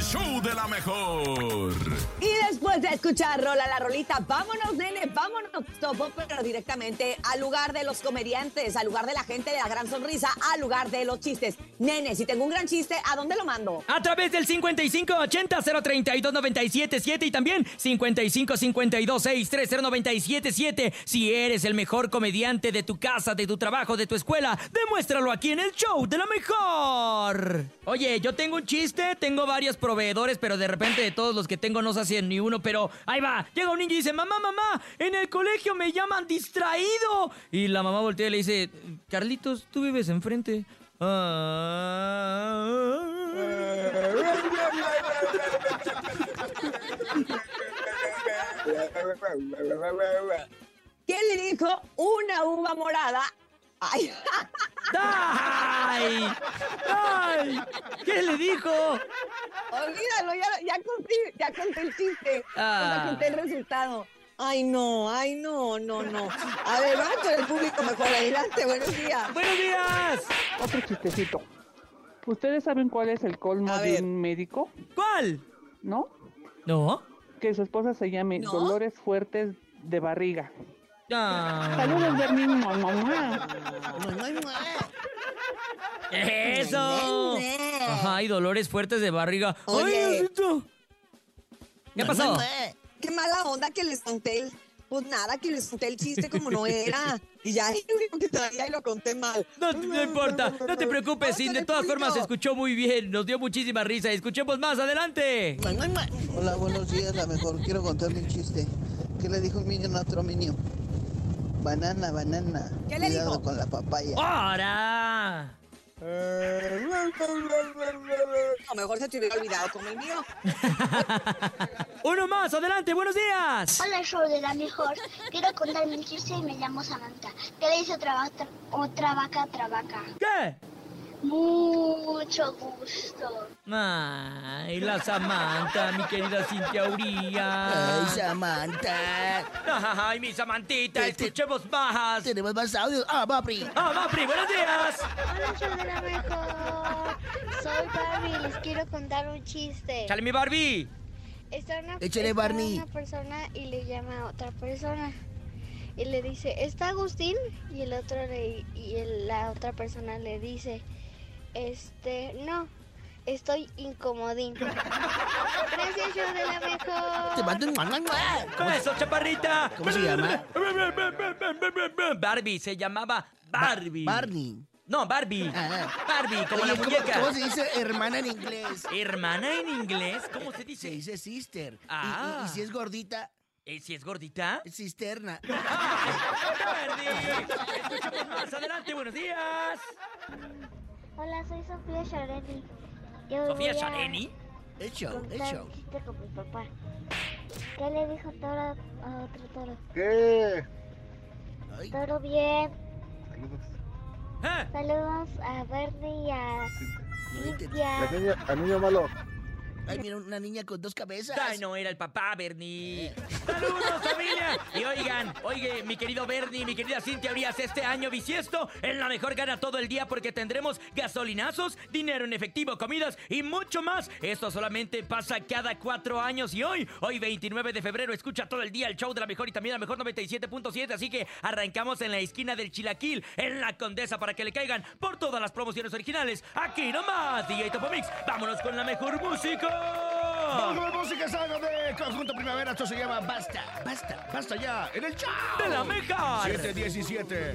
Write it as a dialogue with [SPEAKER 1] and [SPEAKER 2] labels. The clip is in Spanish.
[SPEAKER 1] show de la mejor.
[SPEAKER 2] Y después de escuchar Rola la Rolita, vámonos, nene, vámonos, Topo, pero directamente al lugar de los comediantes, al lugar de la gente de la gran sonrisa, al lugar de los chistes. Nene, si tengo un gran chiste, ¿a dónde lo mando?
[SPEAKER 3] A través del 5580-032-977 y también 5552-630977. Si eres el mejor comediante de tu casa, de tu trabajo, de tu escuela, demuéstralo aquí en el show de la mejor. Oye, yo tengo un chiste, tengo varios proveedores, pero de repente de todos los que tengo no se hacen ni uno, pero ahí va. Llega un niño y dice, mamá, mamá, en el colegio me llaman distraído. Y la mamá voltea y le dice, Carlitos, tú vives enfrente. Ah.
[SPEAKER 2] ¿Quién le dijo una uva morada? Ay,
[SPEAKER 3] ¡Ay! ¡Ay! ¿Qué le dijo?
[SPEAKER 2] olvídalo, ya, ya, conté, ya conté el chiste,
[SPEAKER 3] Ah.
[SPEAKER 2] ya conté el resultado. Ay, no, ay, no, no, no. A ver, vamos con el público mejor, adelante, buenos días.
[SPEAKER 3] ¡Buenos días!
[SPEAKER 4] Otro chistecito. ¿Ustedes saben cuál es el colmo
[SPEAKER 2] A
[SPEAKER 4] de
[SPEAKER 2] ver.
[SPEAKER 4] un médico?
[SPEAKER 3] ¿Cuál?
[SPEAKER 4] ¿No?
[SPEAKER 3] ¿No?
[SPEAKER 4] Que su esposa se llame
[SPEAKER 2] ¿No?
[SPEAKER 4] Dolores Fuertes de Barriga.
[SPEAKER 3] Ah.
[SPEAKER 4] Saludos, Bernie, mamá.
[SPEAKER 3] ¡Eso! Ajá, y dolores fuertes de barriga. ¡Ay,
[SPEAKER 2] Oye.
[SPEAKER 3] Diosito! ¿Qué pasó?
[SPEAKER 2] Qué mala onda que les conté el- Pues nada, que les conté el chiste como no era. Y ya es lo único que traía y lo conté mal.
[SPEAKER 3] No, te- no importa, no te preocupes,
[SPEAKER 2] Vamos
[SPEAKER 3] Sin
[SPEAKER 2] con
[SPEAKER 3] de
[SPEAKER 2] el
[SPEAKER 3] todas formas se
[SPEAKER 2] público.
[SPEAKER 3] escuchó muy bien, nos dio muchísima risa. Escuchemos más, adelante.
[SPEAKER 5] Hola, buenos días, la mejor. Quiero contarle un chiste. ¿Qué le dijo un niño a otro niño? Banana, banana.
[SPEAKER 2] ¿Qué le
[SPEAKER 5] Cuidado
[SPEAKER 2] dijo?
[SPEAKER 5] con la papaya.
[SPEAKER 3] Oh. ¡Ahora!
[SPEAKER 2] A lo mejor se te hubiera olvidado como el mío.
[SPEAKER 3] Uno más, adelante, buenos días.
[SPEAKER 6] Hola, show de la mejor. Quiero contarme un chiste y me llamo Samantha. ¿Qué le dice otra, va- otra vaca a otra vaca?
[SPEAKER 3] ¿Qué?
[SPEAKER 6] Mucho gusto.
[SPEAKER 3] Ay, la Samantha, mi querida Cintia Uría.
[SPEAKER 5] Samantha.
[SPEAKER 3] Ay, mi Samantita, escuchemos más.
[SPEAKER 5] Tenemos más audios. Ah, papi.
[SPEAKER 3] ¡Ah, Mapri, buenos días!
[SPEAKER 7] Hola, show de la mejor. Soy Barbie y les quiero contar un chiste.
[SPEAKER 3] ¡Chale, mi Barbie!
[SPEAKER 7] Está una,
[SPEAKER 5] Échale,
[SPEAKER 7] está
[SPEAKER 5] Barney.
[SPEAKER 7] una persona y le llama a otra persona. Y le dice, ¿está Agustín? Y el otro le- y el- la otra persona le dice, este, no, estoy incomodín. Gracias, show de la mejor.
[SPEAKER 5] un
[SPEAKER 3] ¡Beso, chaparrita!
[SPEAKER 5] ¿Cómo se llama?
[SPEAKER 3] Barbie, se llamaba Barbie.
[SPEAKER 5] Barney.
[SPEAKER 3] No, Barbie.
[SPEAKER 5] Ah.
[SPEAKER 3] Barbie, como la muñeca.
[SPEAKER 5] dice hermana en inglés?
[SPEAKER 3] ¿Hermana en inglés? ¿Cómo se dice?
[SPEAKER 5] sister.
[SPEAKER 3] Ah. y si es
[SPEAKER 5] gordita,
[SPEAKER 3] Eh, ¿Si es gordita?
[SPEAKER 5] cisterna.
[SPEAKER 3] ¡Barbie! Escuchamos más adelante, buenos días.
[SPEAKER 7] Hola, soy Sofía Shareni. Yo
[SPEAKER 3] ¿Sofía
[SPEAKER 7] voy a
[SPEAKER 3] Shareni?
[SPEAKER 5] Hecho,
[SPEAKER 7] contar un chiste con mi papá. ¿Qué le dijo toro a otro toro?
[SPEAKER 8] ¿Qué?
[SPEAKER 7] Toro bien.
[SPEAKER 8] Saludos.
[SPEAKER 3] ¿Eh?
[SPEAKER 7] Saludos a Bernie y a
[SPEAKER 8] La
[SPEAKER 7] Cintia.
[SPEAKER 8] niña, al niño malo.
[SPEAKER 5] Ay, mira, una niña con dos cabezas.
[SPEAKER 3] Ay, no, era el papá, Bernie. ¡Saludos, familia! Y oigan, oye, mi querido Bernie, mi querida Cintia Urias, este año bisiesto es la mejor gana todo el día porque tendremos gasolinazos, dinero en efectivo, comidas y mucho más. Esto solamente pasa cada cuatro años y hoy, hoy 29 de febrero, escucha todo el día el show de la mejor y también la mejor 97.7. Así que arrancamos en la esquina del Chilaquil, en la Condesa, para que le caigan por todas las promociones originales. Aquí nomás, DJ Topomix. Vámonos con la mejor música.
[SPEAKER 9] Vamos con la música salga de Conjunto Primavera. Esto se llama Basta, Basta, Basta ya. En el chat.
[SPEAKER 3] de la mejor.
[SPEAKER 9] 717.